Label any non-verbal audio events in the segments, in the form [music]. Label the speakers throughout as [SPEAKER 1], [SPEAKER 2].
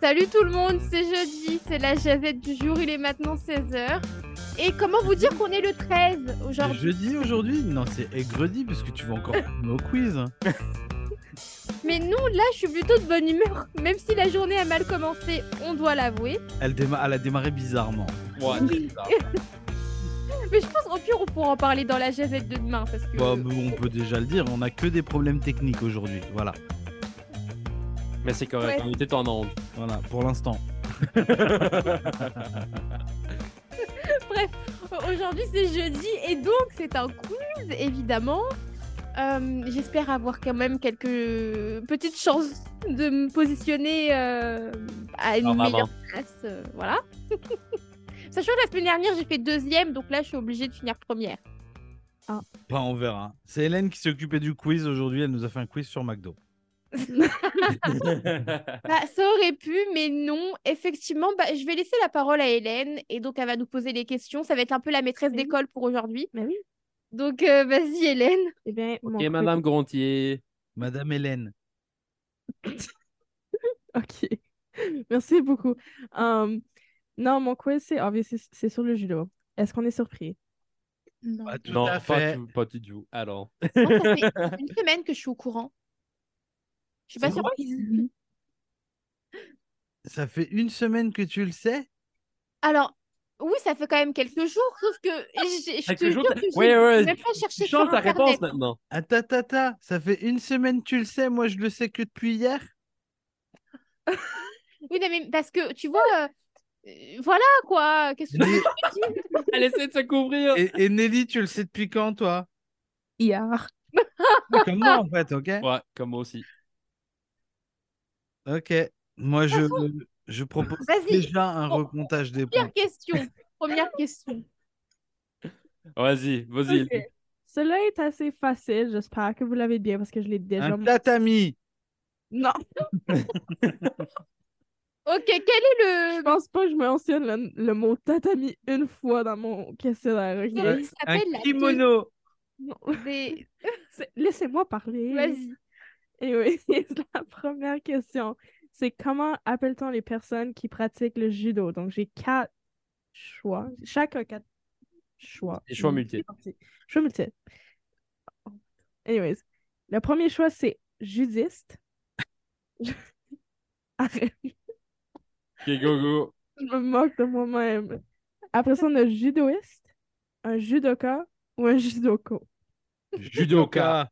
[SPEAKER 1] Salut tout le monde, c'est jeudi, c'est la javette du jour, il est maintenant 16h. Et comment vous dire qu'on est le 13
[SPEAKER 2] C'est
[SPEAKER 1] aujourd'hui
[SPEAKER 2] Jeudi aujourd'hui Non, c'est aigredi parce que tu vas encore nos quiz.
[SPEAKER 1] Mais non, là je suis plutôt de bonne humeur, même si la journée a mal commencé, on doit l'avouer.
[SPEAKER 2] Elle, déma- elle a démarré bizarrement.
[SPEAKER 3] Ouais,
[SPEAKER 1] Mais je pense au pire on pourra en parler dans la javette de demain parce que...
[SPEAKER 2] Bah, mais on peut déjà le dire, on a que des problèmes techniques aujourd'hui. Voilà,
[SPEAKER 3] mais c'est correct,
[SPEAKER 1] Ouais.
[SPEAKER 3] on était en [laughs] onde.
[SPEAKER 2] voilà, pour l'instant.
[SPEAKER 1] Aujourd'hui c'est jeudi et donc c'est un quiz évidemment. Euh, J'espère avoir quand même quelques petites chances de me positionner euh, à une
[SPEAKER 3] En avant.
[SPEAKER 1] meilleure place. euh, voilà. [laughs] Sachant que la semaine dernière j'ai fait deuxième donc là je suis obligée de finir
[SPEAKER 3] [laughs]
[SPEAKER 1] première.
[SPEAKER 2] Bah, on verra. C'est Hélène qui s'est occupée du quiz aujourd'hui, elle nous a fait un quiz sur McDo.
[SPEAKER 1] Bah, ça aurait pu mais non. Effectivement bah, je vais laisser la parole à Hélène et donc elle va nous poser les questions. Ça va être un peu la maîtresse
[SPEAKER 4] Oui.
[SPEAKER 1] d'école pour aujourd'hui.
[SPEAKER 4] Bah oui.
[SPEAKER 1] Donc euh, vas-y Hélène.
[SPEAKER 4] Eh bien, mon
[SPEAKER 3] ok,
[SPEAKER 4] quiz-
[SPEAKER 3] Madame Grontier.
[SPEAKER 2] Madame Hélène,
[SPEAKER 4] [laughs] Ok. Merci beaucoup. Hum, non, mon quiz, c'est obvious, c'est- c'est sur le judo. Est-ce qu'on est surpris?
[SPEAKER 2] pas tout
[SPEAKER 3] non,
[SPEAKER 2] à
[SPEAKER 3] pas,
[SPEAKER 2] fait.
[SPEAKER 3] tout, pas du tout. Alors,
[SPEAKER 1] Non, ça
[SPEAKER 3] [laughs]
[SPEAKER 1] fait une semaine que je suis au courant. Je suis pas
[SPEAKER 4] C'est vrai
[SPEAKER 1] surprise.
[SPEAKER 2] Ça fait une semaine que tu le sais
[SPEAKER 1] Alors, oui, ça fait quand même quelques jours, sauf que j'ai- je te
[SPEAKER 3] Ah, Quelques
[SPEAKER 1] jure
[SPEAKER 3] jours,
[SPEAKER 1] que
[SPEAKER 3] t'as-
[SPEAKER 1] j'ai
[SPEAKER 3] Ouais, ouais,
[SPEAKER 1] même pas cherché
[SPEAKER 3] tu
[SPEAKER 1] sur
[SPEAKER 3] changes ta
[SPEAKER 1] Internet. [laughs]
[SPEAKER 3] réponse maintenant.
[SPEAKER 2] Attends, tata, ça fait une semaine que tu le sais, moi je le sais que depuis
[SPEAKER 3] [laughs]
[SPEAKER 2] hier.
[SPEAKER 1] Oui, non, mais parce que tu vois, euh, euh, voilà quoi. Qu'est-ce que tu
[SPEAKER 2] Et,
[SPEAKER 1] veux dire
[SPEAKER 3] Elle essaie de se couvrir.
[SPEAKER 2] et- et Nelly, tu le sais depuis quand toi
[SPEAKER 4] Hier.
[SPEAKER 2] Comme moi en fait, ok
[SPEAKER 3] Ouais, comme moi aussi.
[SPEAKER 2] Ok. Moi, je, je propose
[SPEAKER 1] Vas-y.
[SPEAKER 2] déjà un
[SPEAKER 1] Oh.
[SPEAKER 2] recomptage des points.
[SPEAKER 1] Première question. Première question.
[SPEAKER 3] Vas-y, vas-y.
[SPEAKER 4] Ok. Cela est assez facile. J'espère que vous l'avez bien parce que je l'ai déjà.
[SPEAKER 2] Un tatami.
[SPEAKER 4] Non,
[SPEAKER 1] Ok, quel est
[SPEAKER 4] je
[SPEAKER 1] le.
[SPEAKER 4] pense pas que je mentionne le, le mot tatami une fois dans mon questionnaire. ok?
[SPEAKER 1] Quelle
[SPEAKER 2] Un
[SPEAKER 1] s'appelle la tenue
[SPEAKER 2] kimono.
[SPEAKER 4] Non, [laughs]
[SPEAKER 3] [laughs]
[SPEAKER 1] des.
[SPEAKER 4] c'est- Laissez-moi parler.
[SPEAKER 1] Vas-y.
[SPEAKER 4] Et oui, [laughs] la première question, c'est comment appelle-t-on les personnes qui pratiquent le judo? Donc, j'ai quatre choix. Chacun a quatre choix.
[SPEAKER 3] Des choix
[SPEAKER 4] Mm,
[SPEAKER 3] multiples.
[SPEAKER 4] c'est parti. Choix multiples. Anyways, le premier choix, c'est judiste. [laughs] Arrête,
[SPEAKER 3] Ok, go, go.
[SPEAKER 4] je me moque de moi-même. Après ça, on a judoïste, un judoka ou un judoko.
[SPEAKER 3] Judoka.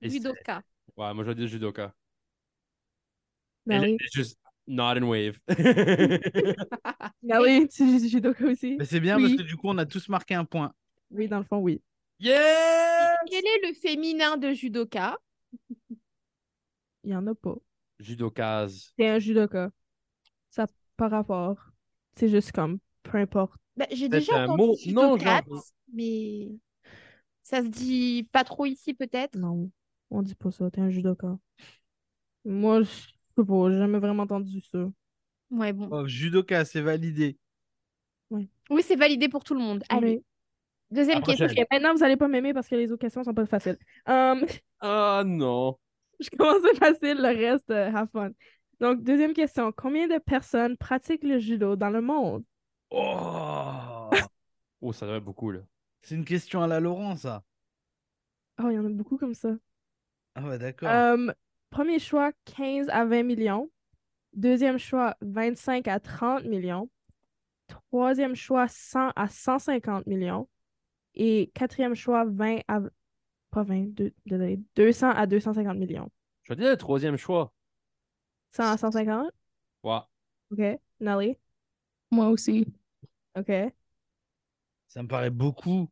[SPEAKER 3] Et c'est-
[SPEAKER 1] Judoka.
[SPEAKER 3] Ouais, moi je vais dire judoka.
[SPEAKER 4] Ben oui,
[SPEAKER 3] It's just not
[SPEAKER 2] [laughs]
[SPEAKER 3] in wave.
[SPEAKER 4] ben oui, tu dis judoka aussi.
[SPEAKER 2] Mais Bah, c'est bien
[SPEAKER 4] Oui.
[SPEAKER 2] parce que du coup, on a tous marqué un point.
[SPEAKER 4] Oui, dans le fond, oui.
[SPEAKER 3] yeah!
[SPEAKER 1] Quel est le féminin de judoka
[SPEAKER 4] Il y en a pas.
[SPEAKER 3] Judokaz.
[SPEAKER 4] C'est un judoka. Ça a pas rapport. C'est juste comme, peu importe.
[SPEAKER 1] Bah, j'ai
[SPEAKER 3] Peut-être
[SPEAKER 1] déjà
[SPEAKER 3] un
[SPEAKER 1] entendu
[SPEAKER 3] mot non
[SPEAKER 1] judokate,
[SPEAKER 3] genré.
[SPEAKER 1] mais ça se dit pas trop ici peut-être.
[SPEAKER 4] Non, on dit pas ça, t'es un judoka. Moi, je sais pas, j'ai jamais vraiment entendu ça.
[SPEAKER 1] Ouais, bon.
[SPEAKER 2] Oh, judoka, c'est validé.
[SPEAKER 1] Oui, c'est validé pour tout le monde. Allez,
[SPEAKER 4] Oui.
[SPEAKER 1] deuxième
[SPEAKER 3] La
[SPEAKER 1] question.
[SPEAKER 3] prochaine.
[SPEAKER 4] Ok, maintenant, vous allez pas m'aimer parce que les autres questions sont pas faciles. Hum, [laughs]
[SPEAKER 3] Ah non.
[SPEAKER 4] je commence facile, le reste, euh, have fun. Donc, deuxième question. Combien de personnes pratiquent le judo dans le monde?
[SPEAKER 2] Oh.
[SPEAKER 3] Oh, ça devrait être beaucoup là.
[SPEAKER 2] c'est une question à la Laurent, ça.
[SPEAKER 4] Oh, il y en a beaucoup comme ça.
[SPEAKER 2] Ah ouais, d'accord.
[SPEAKER 1] Euh.
[SPEAKER 4] Hum, premier choix, 15 à 20 millions. Deuxième choix, 25 à 30 millions. Troisième choix, 100 à 150 millions. Et quatrième choix, 20 à... Pas 20, deux- désolé, 200 à 250 millions.
[SPEAKER 3] Je vais dire le troisième choix.
[SPEAKER 4] 100 à 150?
[SPEAKER 3] Ouais.
[SPEAKER 4] OK. Nelly?
[SPEAKER 5] Moi aussi.
[SPEAKER 4] OK.
[SPEAKER 2] Ça me paraît beaucoup.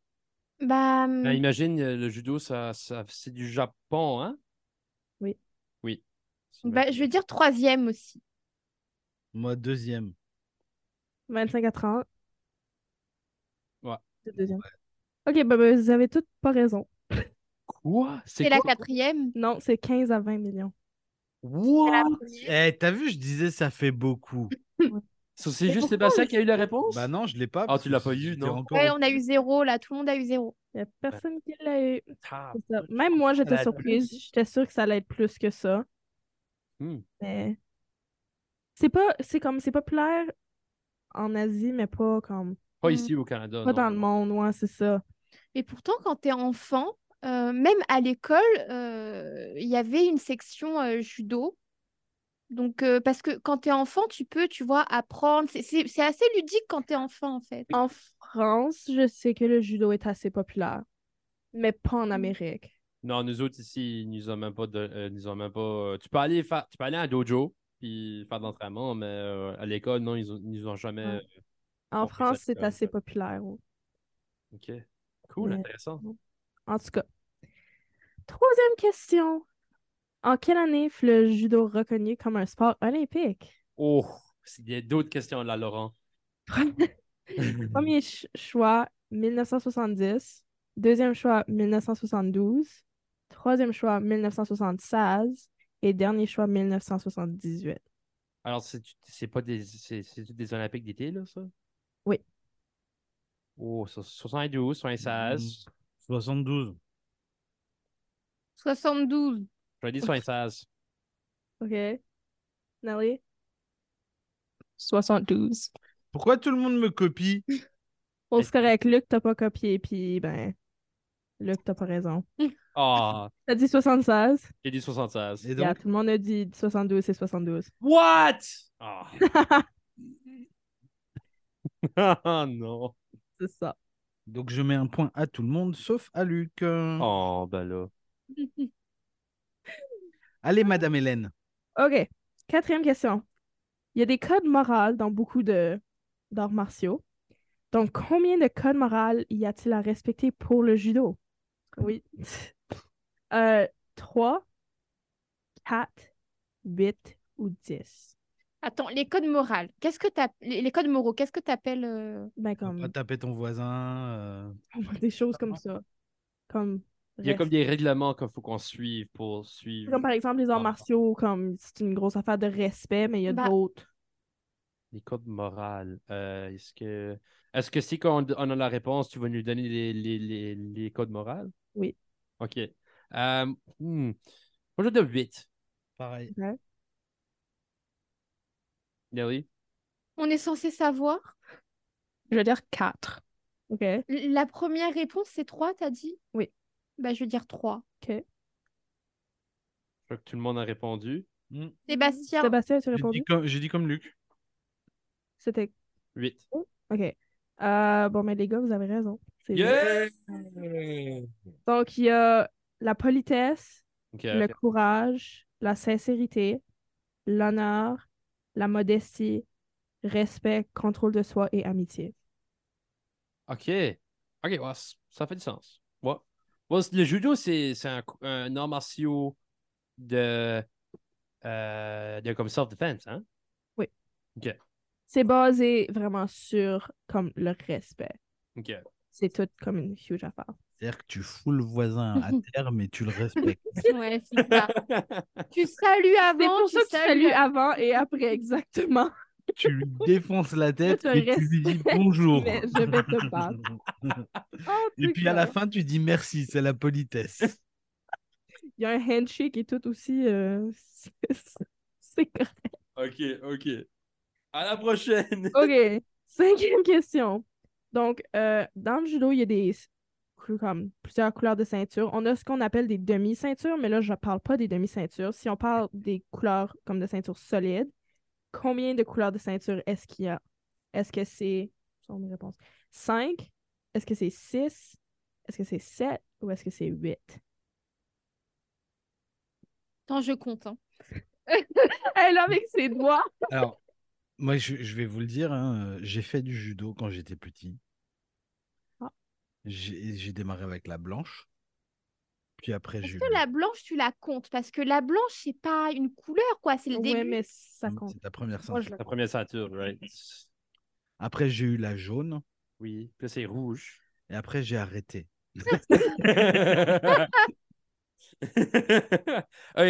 [SPEAKER 1] Bah,
[SPEAKER 3] Ben, imagine, euh, le judo, ça, ça- c'est du Japon, hein?
[SPEAKER 4] Oui.
[SPEAKER 3] Oui. C'est
[SPEAKER 1] bah,
[SPEAKER 3] vrai.
[SPEAKER 1] je vais dire troisième aussi.
[SPEAKER 2] Moi, deuxième.
[SPEAKER 4] 25 à 30.
[SPEAKER 3] Ouais.
[SPEAKER 4] C'est le deuxième. OK, bah, bah, vous avez toutes pas raison.
[SPEAKER 3] Quoi?
[SPEAKER 1] C'est la
[SPEAKER 3] quoi?
[SPEAKER 1] quatrième. Oh.
[SPEAKER 4] Non, c'est 15 à 20 millions.
[SPEAKER 1] C'est la
[SPEAKER 3] What?
[SPEAKER 1] première.
[SPEAKER 2] Eh, t'as vu, je disais ça fait beaucoup.
[SPEAKER 3] So, c'est
[SPEAKER 1] Mais
[SPEAKER 3] juste
[SPEAKER 1] pourquoi
[SPEAKER 3] Sébastien
[SPEAKER 1] le
[SPEAKER 3] qui a eu la réponse?
[SPEAKER 2] Bah non, je l'ai pas.
[SPEAKER 3] Ah,
[SPEAKER 2] parce
[SPEAKER 3] tu
[SPEAKER 2] que
[SPEAKER 3] l'as pas
[SPEAKER 2] j'étais
[SPEAKER 3] eu, non.
[SPEAKER 2] encore
[SPEAKER 1] Ouais,
[SPEAKER 2] au-
[SPEAKER 1] on a eu zéro là, tout le monde a eu zéro.
[SPEAKER 4] Il y a personne qui l'a eu.
[SPEAKER 3] Ah,
[SPEAKER 4] C'est ça. Même moi, j'étais
[SPEAKER 3] la
[SPEAKER 4] surprise. J'étais sûre que ça allait être plus que ça.
[SPEAKER 3] Hmm.
[SPEAKER 4] Mais C'est pas, c'est comme, c'est populaire en Asie, mais pas comme,
[SPEAKER 3] Pas
[SPEAKER 1] Mm.
[SPEAKER 3] ici au Canada.
[SPEAKER 4] pas
[SPEAKER 3] Ah non,
[SPEAKER 4] dans le
[SPEAKER 3] non.
[SPEAKER 4] monde, ouais, c'est ça.
[SPEAKER 1] Et pourtant, quand t'es enfant, euh, même à l'école, euh, il y avait une section euh, judo. Donc, euh, parce que quand t'es enfant, tu peux, tu vois, apprendre. C'est- C'est c'est assez ludique quand t'es enfant, en fait.
[SPEAKER 4] En France, je sais que le judo est assez populaire, mais pas
[SPEAKER 3] Hmm.
[SPEAKER 4] en Amérique.
[SPEAKER 3] Non, nous autres ici, ils nous ont même pas. De, euh, ils nous ont même pas euh, tu, peux aller faire, tu peux aller à un dojo puis faire de l'entraînement, mais euh, à l'école, non, ils, ont- ils nous ont jamais.
[SPEAKER 4] Ouais.
[SPEAKER 3] euh,
[SPEAKER 4] En
[SPEAKER 3] On fait ça
[SPEAKER 4] France, c'est
[SPEAKER 3] comme-
[SPEAKER 4] assez populaire. ouais.
[SPEAKER 3] euh, OK. Cool,
[SPEAKER 4] Ouais.
[SPEAKER 3] intéressant.
[SPEAKER 4] En tout cas. Troisième question. En quelle année fut le judo reconnu comme un sport olympique?
[SPEAKER 3] Oh, il y a d'autres questions là, Laurent.
[SPEAKER 4] Premier ch- choix, 1970. Deuxième choix, 1972. Troisième choix, 1976. Et dernier choix, 1978.
[SPEAKER 3] Alors, c'est c'est pas des, c'est c'est des Olympiques d'été, là, ça?
[SPEAKER 4] Oui.
[SPEAKER 3] Oh, so- 72, 76.
[SPEAKER 2] 72.
[SPEAKER 1] 72.
[SPEAKER 3] Je vais
[SPEAKER 4] [laughs]
[SPEAKER 3] dire 76.
[SPEAKER 4] OK. Nelly?
[SPEAKER 5] 72.
[SPEAKER 2] Pourquoi tout le monde me copie
[SPEAKER 4] Bon, Oh, c'est correct. Luc, t'as pas copié, puis ben... Luc, t'as pas raison.
[SPEAKER 3] Ah,
[SPEAKER 4] T'as dit 76?
[SPEAKER 3] j'ai dit 76.
[SPEAKER 2] Et
[SPEAKER 4] Yeah,
[SPEAKER 2] donc,
[SPEAKER 4] tout le monde a dit 72, c'est 72.
[SPEAKER 3] What?
[SPEAKER 4] [laughs]
[SPEAKER 3] Ah. [laughs] Ah non.
[SPEAKER 4] C'est ça.
[SPEAKER 2] donc je mets un point à tout le monde, sauf à Luc.
[SPEAKER 4] Mm.
[SPEAKER 2] Euh,
[SPEAKER 3] Oh, ben là.
[SPEAKER 2] Allez,
[SPEAKER 1] Ah,
[SPEAKER 2] Madame Hélène.
[SPEAKER 4] OK. Quatrième question. Il y a des codes moraux dans beaucoup de d'arts martiaux. Donc, combien de codes moraux y a-t-il à respecter pour le judo? Oui. [laughs] Euh, 3, 4, 8 ou 10?
[SPEAKER 1] Attends, les codes moraux. Qu'est-ce que t'app- les les codes moraux, qu'est-ce que t'appelles euh,
[SPEAKER 4] Ben,
[SPEAKER 2] Faut Pas
[SPEAKER 4] [laughs] comme
[SPEAKER 2] taper ton voisin. euh,
[SPEAKER 4] des choses comme ça. Comme,
[SPEAKER 3] Il y a comme des
[SPEAKER 4] reste-
[SPEAKER 3] règlements qu'il faut qu'on suive pour suivre.
[SPEAKER 4] comme par exemple les arts
[SPEAKER 3] Ah.
[SPEAKER 4] martiaux, comme c'est une grosse affaire de respect, mais il y a
[SPEAKER 1] Bah,
[SPEAKER 4] d'autres.
[SPEAKER 3] Les codes morales. Euh, est-ce que est-ce que si quand on, on a la réponse, tu vas nous donner les, les, les, les codes morales?
[SPEAKER 4] Oui.
[SPEAKER 3] OK. Euh, hmm. Moi, je de 8.
[SPEAKER 2] Pareil.
[SPEAKER 3] Nelly?
[SPEAKER 1] On est censé savoir.
[SPEAKER 5] Je veux dire 4.
[SPEAKER 4] OK?
[SPEAKER 1] L- La première réponse, c'est 3, t'as dit?
[SPEAKER 4] Oui. Mmh.
[SPEAKER 1] Bah, je veux dire 3.
[SPEAKER 3] Je crois que tout le monde a répondu.
[SPEAKER 2] Hmm.
[SPEAKER 1] Sébastien,
[SPEAKER 4] Sébastien, as-tu
[SPEAKER 2] J'ai dit
[SPEAKER 4] répondu?
[SPEAKER 2] comme- J'ai dit comme Luc.
[SPEAKER 4] C'était
[SPEAKER 3] 8.
[SPEAKER 4] OK. Euh, bon, mais les gars, vous avez raison. C'est vrai.
[SPEAKER 3] Yeah!
[SPEAKER 4] Donc, il y a la politesse,
[SPEAKER 3] OK.
[SPEAKER 4] le courage, la sincérité, l'honneur, la modestie, respect, contrôle de soi et amitié.
[SPEAKER 3] OK. OK, ouais, c- ça fait du sens. Ouais. Ouais, c- le judo, c'est c'est un, cou- un art martial de, euh, de comme self-defense, hein?
[SPEAKER 4] C'est basé vraiment sur comme le respect.
[SPEAKER 3] OK.
[SPEAKER 4] C'est tout comme une huge affaire.
[SPEAKER 2] C'est-à-dire que tu fous le voisin à
[SPEAKER 4] [laughs]
[SPEAKER 2] terre, mais tu le respectes.
[SPEAKER 1] ouais, c'est ça. Tu salues avant,
[SPEAKER 4] C'est pour
[SPEAKER 1] tu
[SPEAKER 4] ça que tu
[SPEAKER 1] salues
[SPEAKER 4] salues avant et
[SPEAKER 2] [laughs]
[SPEAKER 4] après, exactement.
[SPEAKER 2] tu lui défonces la tête
[SPEAKER 4] Tout un
[SPEAKER 2] et tu lui dis
[SPEAKER 4] respect,
[SPEAKER 2] bonjour.
[SPEAKER 4] mais je vais te battre. En
[SPEAKER 2] [laughs] Et
[SPEAKER 4] tout
[SPEAKER 2] puis à la
[SPEAKER 4] cas,
[SPEAKER 2] fin, tu dis merci, c'est la politesse.
[SPEAKER 4] il y a un handshake et tout aussi. euh, [laughs] c'est- C'est correct.
[SPEAKER 3] [laughs] OK, OK. À la prochaine!
[SPEAKER 4] OK. [laughs] Cinquième question. Donc, euh, dans le judo, il y a des cou- comme plusieurs couleurs de ceinture. On a ce qu'on appelle des demi-ceintures, mais là, je ne parle pas des demi-ceintures. Si on parle des couleurs comme de ceinture solide, combien de couleurs de ceinture est-ce qu'il y a? Est-ce que c'est. sont mes réponses? 5? Est-ce que c'est 6? Est-ce que c'est 7? Ou est-ce que c'est 8?
[SPEAKER 1] Attends, je compte. hein.
[SPEAKER 4] [laughs] Elle avec ses doigts!
[SPEAKER 2] Alors, moi, je, je vais vous le dire, hein, euh, j'ai fait du judo quand j'étais petit.
[SPEAKER 4] Ah.
[SPEAKER 2] J'ai j'ai démarré avec la blanche. Puis après,
[SPEAKER 1] Est-ce
[SPEAKER 2] j'ai eu
[SPEAKER 1] que la blanche, tu la comptes? Parce que la blanche, c'est pas une couleur, quoi. C'est le
[SPEAKER 4] Ouais,
[SPEAKER 1] début.
[SPEAKER 4] mais ça
[SPEAKER 2] Hmm,
[SPEAKER 4] compte.
[SPEAKER 2] C'est ta première ceinture.
[SPEAKER 4] Moi, je la
[SPEAKER 3] La première ceinture, right?
[SPEAKER 2] Après, j'ai eu la jaune.
[SPEAKER 3] Oui. Puis là,
[SPEAKER 2] [laughs]
[SPEAKER 3] c'est rouge.
[SPEAKER 2] Et après, j'ai arrêté.
[SPEAKER 3] OK,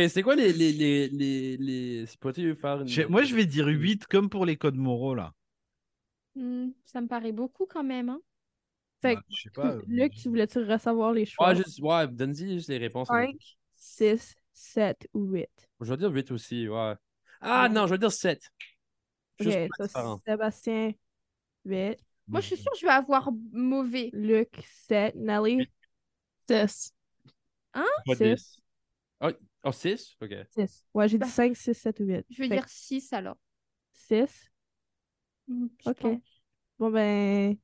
[SPEAKER 3] c'est quoi les... les, les, les, les... C'est pas tu veux faire
[SPEAKER 4] Euh,
[SPEAKER 3] une...
[SPEAKER 2] J'ai- Moi, je vais dire 8 comme pour les codes moraux, là.
[SPEAKER 1] Hmm, ça me paraît beaucoup quand même. hein.
[SPEAKER 4] Fait
[SPEAKER 2] Ouais, je sais
[SPEAKER 4] que,
[SPEAKER 2] pas. euh,
[SPEAKER 4] Luc, tu voulais-tu recevoir les choix?
[SPEAKER 3] Ouais, juste... ouais donne-y juste les réponses. hein.
[SPEAKER 4] 5, 6, 7 ou 8?
[SPEAKER 3] Je vais dire 8 aussi, ouais. Ah
[SPEAKER 4] Ouais.
[SPEAKER 3] non, je vais dire 7.
[SPEAKER 4] Ok,
[SPEAKER 3] Juste pour être
[SPEAKER 4] ça,
[SPEAKER 3] différent.
[SPEAKER 4] Sébastien, 8.
[SPEAKER 1] Moi,
[SPEAKER 2] Mmh.
[SPEAKER 1] je suis sûre que je vais avoir mauvais.
[SPEAKER 4] Luc, 7. Nelly,
[SPEAKER 5] 6.
[SPEAKER 3] Pas
[SPEAKER 4] six.
[SPEAKER 3] dix. Ah, oh, 6? OK.
[SPEAKER 4] 6. Ouais, j'ai
[SPEAKER 1] Bah.
[SPEAKER 4] dit 5, 6, 7 ou 8.
[SPEAKER 1] Je vais dire 6 alors.
[SPEAKER 4] 6.
[SPEAKER 1] Mm, je
[SPEAKER 4] Ok.
[SPEAKER 1] pense.
[SPEAKER 4] Bon, ben.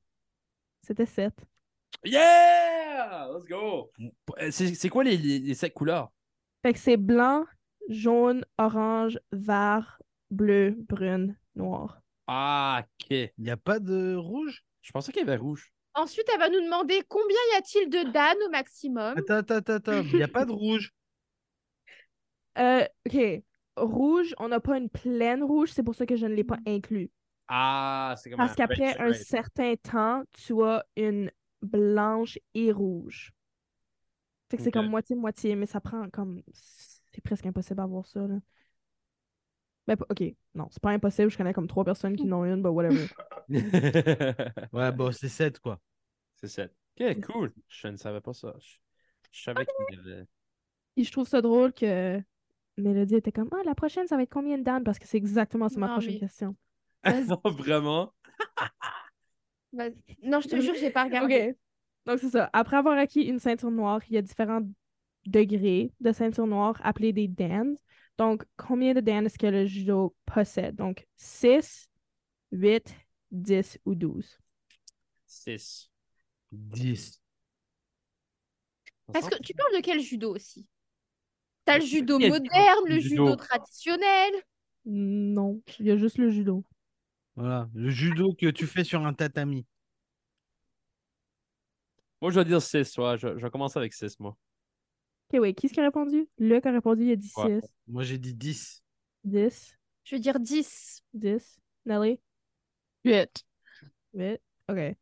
[SPEAKER 4] C'était 7.
[SPEAKER 3] Yeah! Let's go! Euh, C'est c'est quoi les, les, les sept couleurs?
[SPEAKER 4] Fait que c'est blanc, jaune, orange, vert, bleu, brune, noir.
[SPEAKER 3] Ah, OK.
[SPEAKER 2] Il n'y a pas de rouge
[SPEAKER 3] Je pensais qu'il y avait rouge.
[SPEAKER 1] Ensuite, elle va nous demander combien y a-t-il de Dan au maximum.
[SPEAKER 2] Attends, attends, attends, attends. Il n'y a pas de rouge.
[SPEAKER 4] Euh, ok. Rouge, on n'a pas une plaine rouge, c'est pour ça que je ne l'ai pas
[SPEAKER 1] Hmm.
[SPEAKER 4] inclus.
[SPEAKER 3] Ah, c'est comme
[SPEAKER 4] Parce qu'après un
[SPEAKER 3] Right.
[SPEAKER 4] certain temps, tu as une blanche et rouge. Fait que c'est
[SPEAKER 3] Ok.
[SPEAKER 4] comme moitié-moitié, mais ça prend comme. C'est presque impossible à voir ça, là. Ben, p- ok, non, c'est pas impossible. Je connais comme trois personnes qui n'ont une, but
[SPEAKER 1] [laughs]
[SPEAKER 4] whatever.
[SPEAKER 3] [laughs]
[SPEAKER 2] Ouais, bon, c'est 7, quoi.
[SPEAKER 3] c'est 7.
[SPEAKER 1] Mm.
[SPEAKER 3] OK, cool. Je ne savais pas ça. Je, je savais qu'il y avait...
[SPEAKER 4] Et je trouve ça drôle que Mélodie était comme Ah, la prochaine, ça va être combien de dents? Parce que c'est exactement c'est ma
[SPEAKER 1] Non,
[SPEAKER 4] prochaine
[SPEAKER 1] mais-
[SPEAKER 4] question.
[SPEAKER 1] Vas-y,
[SPEAKER 3] [laughs] Non, vraiment?
[SPEAKER 1] vas-y. Non, je te jure, j'ai pas regardé.
[SPEAKER 4] Ok. Donc, c'est ça. Après avoir acquis une ceinture noire, il y a différents degrés de ceinture noire appelés des dans. Donc, combien de dans est-ce que le judo possède? Donc, 6, 8, 10 ou 12.
[SPEAKER 3] 6.
[SPEAKER 2] 10.
[SPEAKER 1] Parce que tu parles de quel judo aussi T'as le
[SPEAKER 3] Mais
[SPEAKER 1] judo
[SPEAKER 3] il y a
[SPEAKER 1] moderne, le
[SPEAKER 3] du judo.
[SPEAKER 1] judo traditionnel.
[SPEAKER 4] Non, il y a juste le judo.
[SPEAKER 2] Voilà. Le judo que tu fais sur un tatami.
[SPEAKER 3] Moi, je vais dire 6, ouais. Je, je vais commencer avec 6, moi.
[SPEAKER 4] Ok, oui. Qui est-ce qui a répondu? Luc a répondu, il a dit 6,
[SPEAKER 3] Ouais.
[SPEAKER 2] Moi, j'ai dit 10.
[SPEAKER 4] 10,
[SPEAKER 1] Je veux dire 10.
[SPEAKER 4] 10. Nelly?
[SPEAKER 5] 8.
[SPEAKER 4] 8. Ok. Fait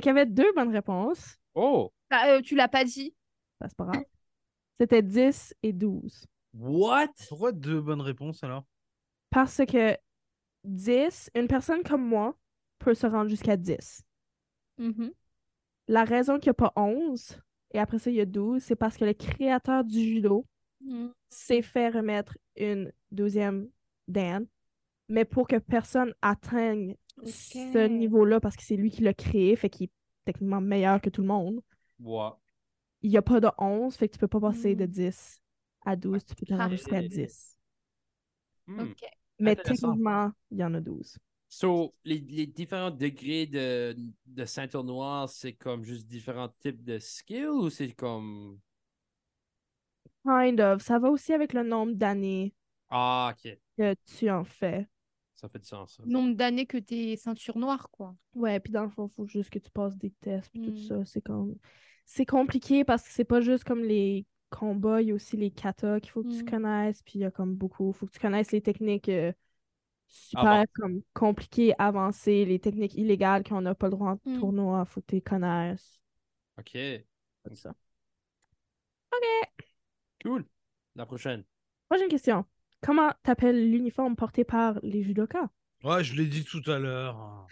[SPEAKER 4] qu'il y avait deux bonnes réponses.
[SPEAKER 3] Oh!
[SPEAKER 1] Bah, euh, tu l'as pas dit.
[SPEAKER 4] Ça, c'est pas grave. C'était 10 et 12.
[SPEAKER 3] What?
[SPEAKER 2] Pourquoi deux bonnes réponses alors
[SPEAKER 4] Parce que 10, une personne comme moi peut se rendre jusqu'à 10. Mhm. La raison qu'il n'y a pas 11 et après ça, il y a 12, c'est parce que le créateur du judo
[SPEAKER 1] Mm.
[SPEAKER 4] s'est fait remettre une douzième dan. Mais pour que personne atteigne ce
[SPEAKER 1] Ok.
[SPEAKER 4] niveau-là, parce que c'est lui qui l'a créé, fait qu'il est techniquement meilleur que tout le monde,
[SPEAKER 3] Ouais.
[SPEAKER 4] il n'y a pas de 11, fait que tu peux pas passer de
[SPEAKER 1] Mm.
[SPEAKER 4] 10 à 12, tu peux te rendre jusqu'à
[SPEAKER 3] Ok.
[SPEAKER 4] 10.
[SPEAKER 3] Hmm.
[SPEAKER 1] Ok.
[SPEAKER 4] Mais
[SPEAKER 3] Intéressant.
[SPEAKER 4] techniquement, il y en a 12.
[SPEAKER 3] So, les, les différents degrés de, de ceinture noire, c'est comme juste différents types de skills ou c'est comme.
[SPEAKER 4] Kind of. Ça va aussi avec le nombre d'années
[SPEAKER 3] Ah, ok.
[SPEAKER 4] que tu en fais.
[SPEAKER 3] Ça fait du sens. ça.
[SPEAKER 1] Nombre d'années que t'es ceinture noire, quoi.
[SPEAKER 4] Ouais, puis dans le fond, faut juste que tu passes des tests puis tout
[SPEAKER 1] Mm.
[SPEAKER 4] ça. C'est comme... C'est compliqué parce que c'est pas juste comme les combats, il y a aussi les katas qu'il faut que tu
[SPEAKER 1] Mm.
[SPEAKER 4] connaisses, puis il y a comme beaucoup. Faut que tu connaisses les techniques euh, super
[SPEAKER 3] Avancées.
[SPEAKER 4] comme compliquées, avancées, les techniques illégales qu'on n'a pas le droit en
[SPEAKER 1] Mm.
[SPEAKER 4] tournoi, faut que tu les connaisses.
[SPEAKER 3] Ok,
[SPEAKER 4] tout ça.
[SPEAKER 3] cool. La prochaine.
[SPEAKER 4] Prochaine question. Comment t'appelles l'uniforme porté par les judokas?
[SPEAKER 2] Ouais, je l'ai dit tout à l'heure.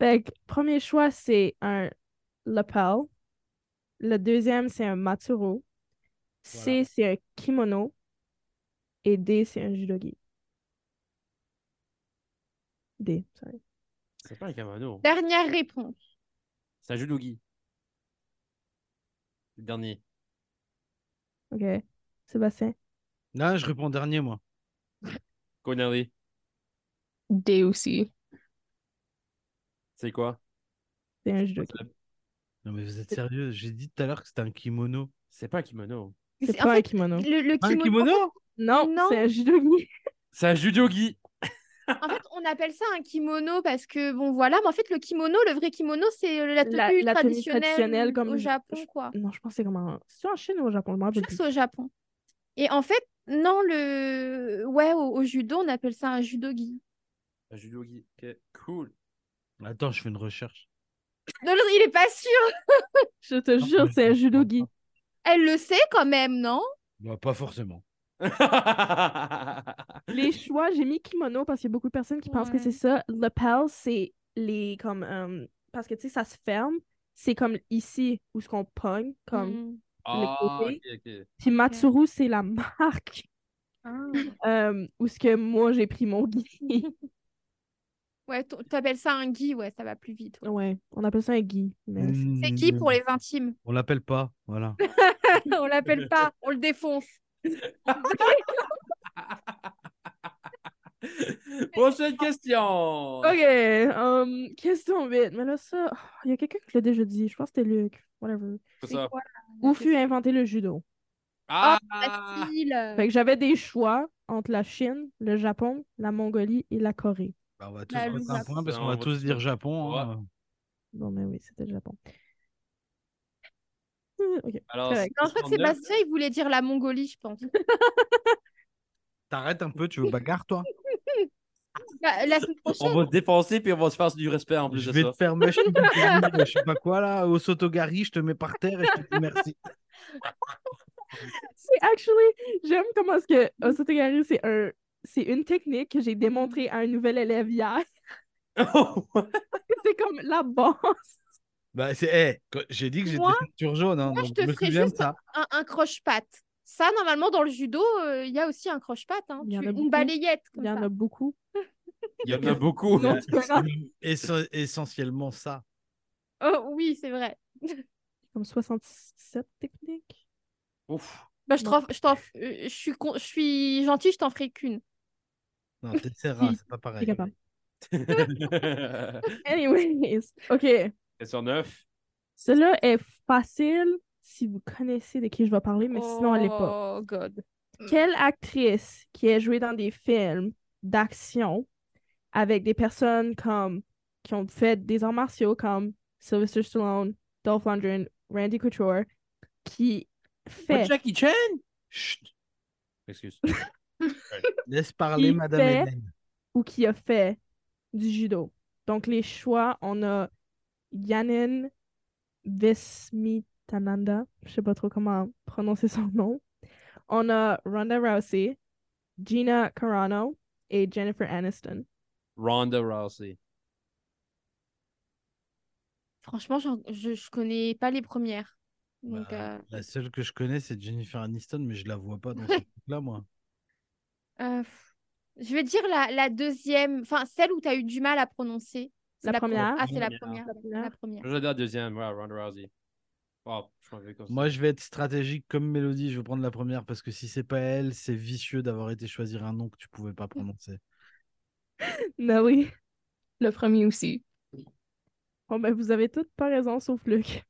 [SPEAKER 4] Fait que, premier choix, c'est un lapel. Le deuxième, c'est un matsuro. C,
[SPEAKER 2] Voilà.
[SPEAKER 4] c'est un kimono. Et D, c'est un judogi. D, sorry.
[SPEAKER 3] C'est pas un kimono.
[SPEAKER 1] Dernière réponse.
[SPEAKER 3] C'est un judogi. Le dernier.
[SPEAKER 4] OK. Sébastien.
[SPEAKER 2] Là, je réponds dernier, moi.
[SPEAKER 3] Connelly,
[SPEAKER 5] D aussi.
[SPEAKER 3] c'est quoi?
[SPEAKER 4] C'est un judogi.
[SPEAKER 2] Non, mais vous êtes sérieux J'ai dit tout à l'heure que c'était un kimono.
[SPEAKER 3] C'est pas un kimono.
[SPEAKER 4] C'est
[SPEAKER 1] en
[SPEAKER 4] pas un
[SPEAKER 1] fait,
[SPEAKER 4] kimono.
[SPEAKER 1] Le, le
[SPEAKER 2] Un
[SPEAKER 1] kimono,
[SPEAKER 2] kimono
[SPEAKER 4] Non,
[SPEAKER 1] Non.
[SPEAKER 4] c'est un judogi. [laughs]
[SPEAKER 3] C'est un judogi.
[SPEAKER 1] En fait, on appelle ça un kimono parce que, bon, voilà. Mais en fait, le kimono, le vrai kimono, c'est euh, la tenue,
[SPEAKER 4] La- la tenue
[SPEAKER 1] traditionnelle,
[SPEAKER 4] traditionnelle, comme
[SPEAKER 1] au
[SPEAKER 4] je-
[SPEAKER 1] Japon,
[SPEAKER 4] je-
[SPEAKER 1] quoi.
[SPEAKER 4] Non, je pense que c'est comme en... C'est en Chine ou au Japon? Je
[SPEAKER 1] Je
[SPEAKER 4] m'en
[SPEAKER 1] crois
[SPEAKER 4] rappelle
[SPEAKER 1] que
[SPEAKER 4] plus.
[SPEAKER 1] c'est au Japon. Et en fait, non, le... Ouais, au, au judo, on appelle ça un judogi.
[SPEAKER 3] Un judogi. Ok, [laughs] cool.
[SPEAKER 2] Attends, je fais une recherche.
[SPEAKER 1] Non, l'autre, il est pas sûr.
[SPEAKER 4] Je te
[SPEAKER 2] Non,
[SPEAKER 4] jure,
[SPEAKER 2] mais-
[SPEAKER 4] c'est un judogi.
[SPEAKER 1] Elle le sait quand même, non?
[SPEAKER 2] Bah, pas forcément.
[SPEAKER 3] Ah,
[SPEAKER 4] Les choix, j'ai mis kimono parce qu'il y a beaucoup de personnes qui pensent que
[SPEAKER 1] Ouais.
[SPEAKER 4] c'est ça. Lapel, c'est les comme euh, parce que tu sais, ça se ferme. C'est comme ici où ce qu'on pogne. Comme.
[SPEAKER 1] Mm.
[SPEAKER 3] ah, ok, ok.
[SPEAKER 4] Puis Matsuru, c'est la [laughs] marque.
[SPEAKER 3] Hmm.
[SPEAKER 1] Ah.
[SPEAKER 4] euh, où ce que moi j'ai pris mon gui.
[SPEAKER 1] Ouais, ton- t'appelles ça un gui, ouais, ça va plus vite. ouais.
[SPEAKER 4] ouais, on appelle ça un gui.
[SPEAKER 2] Mm.
[SPEAKER 4] mais c'est-
[SPEAKER 1] C'est gui pour les intimes.
[SPEAKER 2] Hmm,
[SPEAKER 1] [laughs]
[SPEAKER 2] On l'appelle pas, voilà.
[SPEAKER 1] on l'appelle pas, on le défonce.
[SPEAKER 3] [laughs] Prochaine question.
[SPEAKER 4] Ok, euh, question 8. Mais là, ça, il y a quelqu'un qui l'a déjà dit. Je pense que c'était Luc. Whatever.
[SPEAKER 3] C'est ça.
[SPEAKER 1] quoi,
[SPEAKER 4] Où fut inventé le judo?
[SPEAKER 3] Ah,
[SPEAKER 1] Facile.
[SPEAKER 4] Fait que j'avais des choix entre la Chine, le Japon, la Mongolie et la Corée.
[SPEAKER 2] Bah, on va tous
[SPEAKER 1] La
[SPEAKER 2] mettre un
[SPEAKER 1] loupe.
[SPEAKER 2] point parce
[SPEAKER 3] Non,
[SPEAKER 2] qu'on
[SPEAKER 3] on
[SPEAKER 2] va
[SPEAKER 3] va
[SPEAKER 2] tous
[SPEAKER 3] tous-
[SPEAKER 2] dire Japon. hein.
[SPEAKER 4] Bon, mais oui, c'était le Japon. Euh, Mm. [laughs] Ok.
[SPEAKER 3] alors,
[SPEAKER 4] correct.
[SPEAKER 1] Non, je crois que
[SPEAKER 3] 69.
[SPEAKER 1] Sébastien, il voulait dire la Mongolie, je pense.
[SPEAKER 2] T'arrêtes un peu, tu veux bagarre toi
[SPEAKER 1] La, Bah, la semaine
[SPEAKER 3] On
[SPEAKER 1] prochaine,
[SPEAKER 3] va se défoncer puis on va se faire du respect en plus
[SPEAKER 2] Je
[SPEAKER 3] de
[SPEAKER 2] vais
[SPEAKER 3] ça.
[SPEAKER 2] te faire
[SPEAKER 3] [laughs]
[SPEAKER 2] machine du permis, je sais pas quoi là, au Sotogari, je te mets par terre et je te dis merci.
[SPEAKER 4] C'est actually, j'aime comment est-ce que Osotogari, c'est un, c'est une technique que j'ai démontrée à un nouvel élève hier. [laughs]
[SPEAKER 3] [laughs] Oh,
[SPEAKER 4] C'est comme la base.
[SPEAKER 2] Bah, c'est, eh, quand- j'ai dit que j'étais
[SPEAKER 1] Moi-
[SPEAKER 2] ceinture jaune, hein,
[SPEAKER 1] moi, je
[SPEAKER 2] donc
[SPEAKER 1] te
[SPEAKER 2] je me
[SPEAKER 1] ferais
[SPEAKER 2] souviens de
[SPEAKER 1] juste
[SPEAKER 2] ça.
[SPEAKER 1] un, un croche-patte. Ça, normalement, dans le judo, euh, il y a aussi un croche-patte. hein.
[SPEAKER 4] Il y en
[SPEAKER 1] Tu-
[SPEAKER 4] a
[SPEAKER 1] Une
[SPEAKER 4] beaucoup.
[SPEAKER 1] balayette,
[SPEAKER 4] Il
[SPEAKER 1] comme
[SPEAKER 4] y en
[SPEAKER 1] ça.
[SPEAKER 4] a beaucoup.
[SPEAKER 3] Il y en a beaucoup.
[SPEAKER 4] Non, tu peux pas.
[SPEAKER 2] Essen- essentiellement ça.
[SPEAKER 1] Oh, oui, c'est vrai.
[SPEAKER 4] Comme 67 techniques.
[SPEAKER 3] [laughs] Ouf.
[SPEAKER 1] Bah, je,
[SPEAKER 4] Non.
[SPEAKER 1] t'en- je, t'en- euh, je suis con- je suis gentille, je t'en ferai qu'une. [laughs]
[SPEAKER 2] Non, t'essaieras,
[SPEAKER 4] Si,
[SPEAKER 2] c'est pas pareil.
[SPEAKER 4] C'est capable.
[SPEAKER 3] Question
[SPEAKER 4] Anyways, OK.
[SPEAKER 3] 9.
[SPEAKER 4] Cela est facile si vous connaissez de qui je vais parler, mais sinon, elle l'est pas.
[SPEAKER 1] Oh, God.
[SPEAKER 4] Quelle actrice qui a joué dans des films d'action avec des personnes comme qui ont fait des arts martiaux comme Sylvester Stallone, Dolph Lundgren, Randy Couture, qui fait,
[SPEAKER 3] Jackie Chan? Chut.
[SPEAKER 4] [laughs]
[SPEAKER 3] Excuse.
[SPEAKER 2] Laisse parler
[SPEAKER 4] Il
[SPEAKER 2] Madame
[SPEAKER 4] fait-
[SPEAKER 2] Hélène.
[SPEAKER 4] ou qui a fait du judo. Donc les choix, on a Yanin Vismitananda, je sais pas trop comment prononcer son nom. On a Ronda Rousey, Gina Carano et Jennifer Aniston.
[SPEAKER 3] Ronda Rousey.
[SPEAKER 1] Franchement, j'en- je, je connais pas les premières. Donc,
[SPEAKER 2] Bah,
[SPEAKER 1] euh,
[SPEAKER 2] La seule que je connais, c'est Jennifer Aniston, mais je la vois
[SPEAKER 1] [laughs]
[SPEAKER 2] pas dans ce truc-là, moi.
[SPEAKER 1] euh, pff. je vais dire la, la deuxième, enfin, celle où tu as eu du mal à prononcer. C'est
[SPEAKER 4] La
[SPEAKER 1] pro-
[SPEAKER 4] première.
[SPEAKER 1] Ah, c'est la
[SPEAKER 3] La
[SPEAKER 1] première.
[SPEAKER 3] première.
[SPEAKER 1] La première.
[SPEAKER 3] Je vais la deuxième. Ouais, Ronda Rousey. Oh, je m'en vais comme ça.
[SPEAKER 2] Moi, je vais être stratégique comme Mélodie. Je vais prendre la première parce que si c'est pas elle, c'est vicieux d'avoir été choisir un nom que tu pouvais pas prononcer.
[SPEAKER 4] Non, Ben oui.
[SPEAKER 5] Le premier aussi.
[SPEAKER 4] Bon, ben, vous avez toutes pas raison, sauf Luc.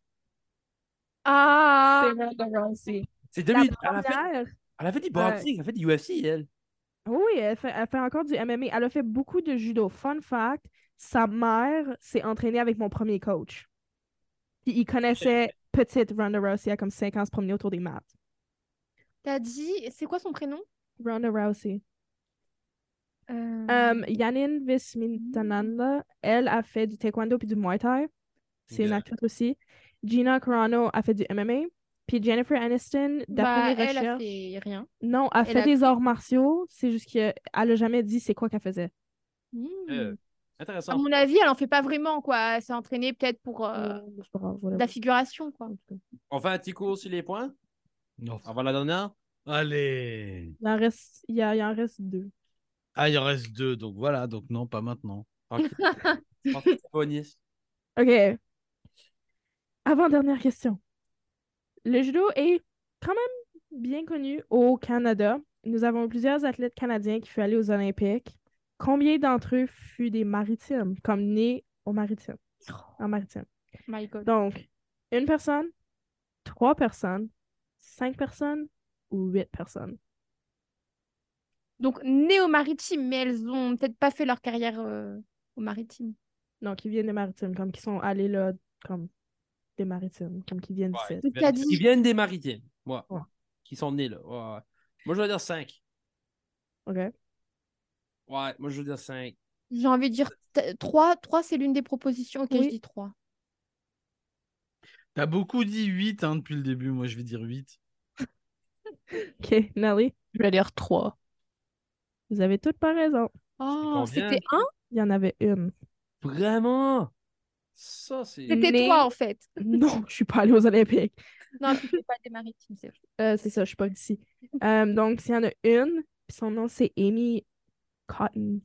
[SPEAKER 1] Ah!
[SPEAKER 3] Ah,
[SPEAKER 5] C'est Ronda Rousey.
[SPEAKER 3] ben, C'est
[SPEAKER 4] La
[SPEAKER 3] 2000. Elle a, fait,
[SPEAKER 4] première,
[SPEAKER 3] elle a fait du
[SPEAKER 4] Ouais.
[SPEAKER 3] boxing. Elle a fait du UFC, elle.
[SPEAKER 4] Oh oui, elle fait, elle fait encore du MMA. Elle a fait beaucoup de judo. Fun fact, sa mère s'est entraînée avec mon premier coach. Puis il connaissait petite Ronda Rousey à comme 5 ans se promener autour des mats.
[SPEAKER 1] T'as dit, c'est quoi son prénom?
[SPEAKER 4] Ronda Rousey.
[SPEAKER 1] Euh,
[SPEAKER 4] Um, Yanin Vismitananda, elle a fait du taekwondo puis du muay thai. C'est une
[SPEAKER 3] Yeah.
[SPEAKER 4] actrice aussi. Gina Carano a fait du MMA. Puis Jennifer Aniston,
[SPEAKER 1] bah,
[SPEAKER 4] d'après mes
[SPEAKER 1] elle a
[SPEAKER 4] recherches,
[SPEAKER 1] fait rien.
[SPEAKER 4] non, a
[SPEAKER 1] elle
[SPEAKER 4] fait
[SPEAKER 1] a-
[SPEAKER 4] des arts martiaux. C'est juste qu'elle a jamais dit c'est quoi qu'elle faisait.
[SPEAKER 1] Hmm.
[SPEAKER 3] Euh,
[SPEAKER 1] À
[SPEAKER 4] Ah,
[SPEAKER 3] Intéressant.
[SPEAKER 1] mon avis, elle en fait pas vraiment, quoi. Elle s'est entraînée peut-être pour euh,
[SPEAKER 4] Ouais, c'est pas grave,
[SPEAKER 1] de
[SPEAKER 4] whatever.
[SPEAKER 1] la figuration, quoi.
[SPEAKER 3] On fait un petit cours sur les points
[SPEAKER 2] Non.
[SPEAKER 3] avant la
[SPEAKER 4] [laughs]
[SPEAKER 3] dernière.
[SPEAKER 2] Allez.
[SPEAKER 4] Il en reste, il y a- il en reste deux.
[SPEAKER 2] Ah, il en reste deux, donc voilà, donc non, pas maintenant.
[SPEAKER 3] Ok. Je pense que c'est bonus.
[SPEAKER 4] OK. Avant-dernière question. Le judo est quand même bien connu au Canada. Nous avons plusieurs athlètes canadiens qui furent allés aux Olympiques. Combien d'entre eux furent des maritimes, comme nés aux maritimes, en maritime?
[SPEAKER 1] My God.
[SPEAKER 4] Donc, une personne, trois personnes, cinq personnes ou huit personnes?
[SPEAKER 1] Donc, nées au maritime, mais elles ont peut-être pas fait leur carrière euh, au maritime.
[SPEAKER 4] Non, qui viennent des maritimes, comme qui sont allés là, comme des maritimes, comme qui viennent
[SPEAKER 3] Ouais,
[SPEAKER 4] d'ici.
[SPEAKER 1] Donc,
[SPEAKER 3] ils
[SPEAKER 1] t'as
[SPEAKER 3] viennent-
[SPEAKER 1] dit-
[SPEAKER 3] Ils viennent des maritimes. Ouais.
[SPEAKER 4] Ouais.
[SPEAKER 3] Qui sont nés là. Ouais, ouais. Moi, je vais dire 5.
[SPEAKER 4] OK?
[SPEAKER 3] Ouais, moi, je vais dire 5.
[SPEAKER 1] J'ai envie de dire t- trois. Trois, c'est l'une des propositions. Ok,
[SPEAKER 4] Oui.
[SPEAKER 1] je dis trois.
[SPEAKER 2] T'as beaucoup dit 8 hein, depuis le début, moi je vais dire 8.
[SPEAKER 4] OK, Nelly,
[SPEAKER 5] Je vais dire trois.
[SPEAKER 4] vous avez toutes pas raison.
[SPEAKER 1] Oh,
[SPEAKER 3] combien
[SPEAKER 1] c'était un?
[SPEAKER 4] Il y en avait une.
[SPEAKER 3] Vraiment? Ça, c'est.
[SPEAKER 1] C'était
[SPEAKER 4] Née-
[SPEAKER 1] toi, en fait.
[SPEAKER 4] Non, je suis pas allée aux Olympiques.
[SPEAKER 1] Non, tu fais pas des maritimes, c'est vrai.
[SPEAKER 4] Euh, c'est ça, je suis pas d'ici. Euh, donc, s'il y en a une Puis son nom, c'est Amy Cotton.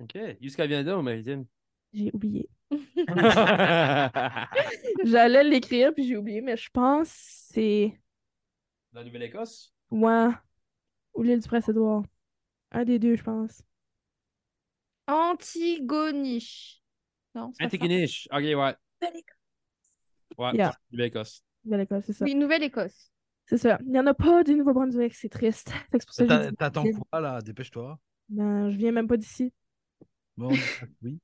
[SPEAKER 3] OK. Jusqu'à Vianda ou
[SPEAKER 4] [laughs]
[SPEAKER 3] Maritime?
[SPEAKER 4] J'ai oublié. J'allais l'écrire, puis j'ai oublié, mais je pense que c'est
[SPEAKER 3] La Nouvelle-Écosse?
[SPEAKER 4] moi ou l'île du Prince-Édouard. Un des deux, je pense.
[SPEAKER 1] Antigonish. Non, c'est pas ça.
[SPEAKER 3] Antigonish. OK, ouais. Ouais,
[SPEAKER 4] Yeah.
[SPEAKER 3] Nouvelle-Écosse.
[SPEAKER 4] Nouvelle-Écosse, c'est ça.
[SPEAKER 1] Oui, Nouvelle-Écosse.
[SPEAKER 4] C'est ça. Il n'y en a pas du Nouveau-Brunswick, c'est triste. [laughs] Fait que C'est pour ça que j'ai
[SPEAKER 2] T'a-
[SPEAKER 4] dit-
[SPEAKER 2] T'attends
[SPEAKER 4] j'ai-
[SPEAKER 2] quoi là Dépêche-toi.
[SPEAKER 4] Non, je viens même pas d'ici. [laughs]
[SPEAKER 2] Bon, ah oui.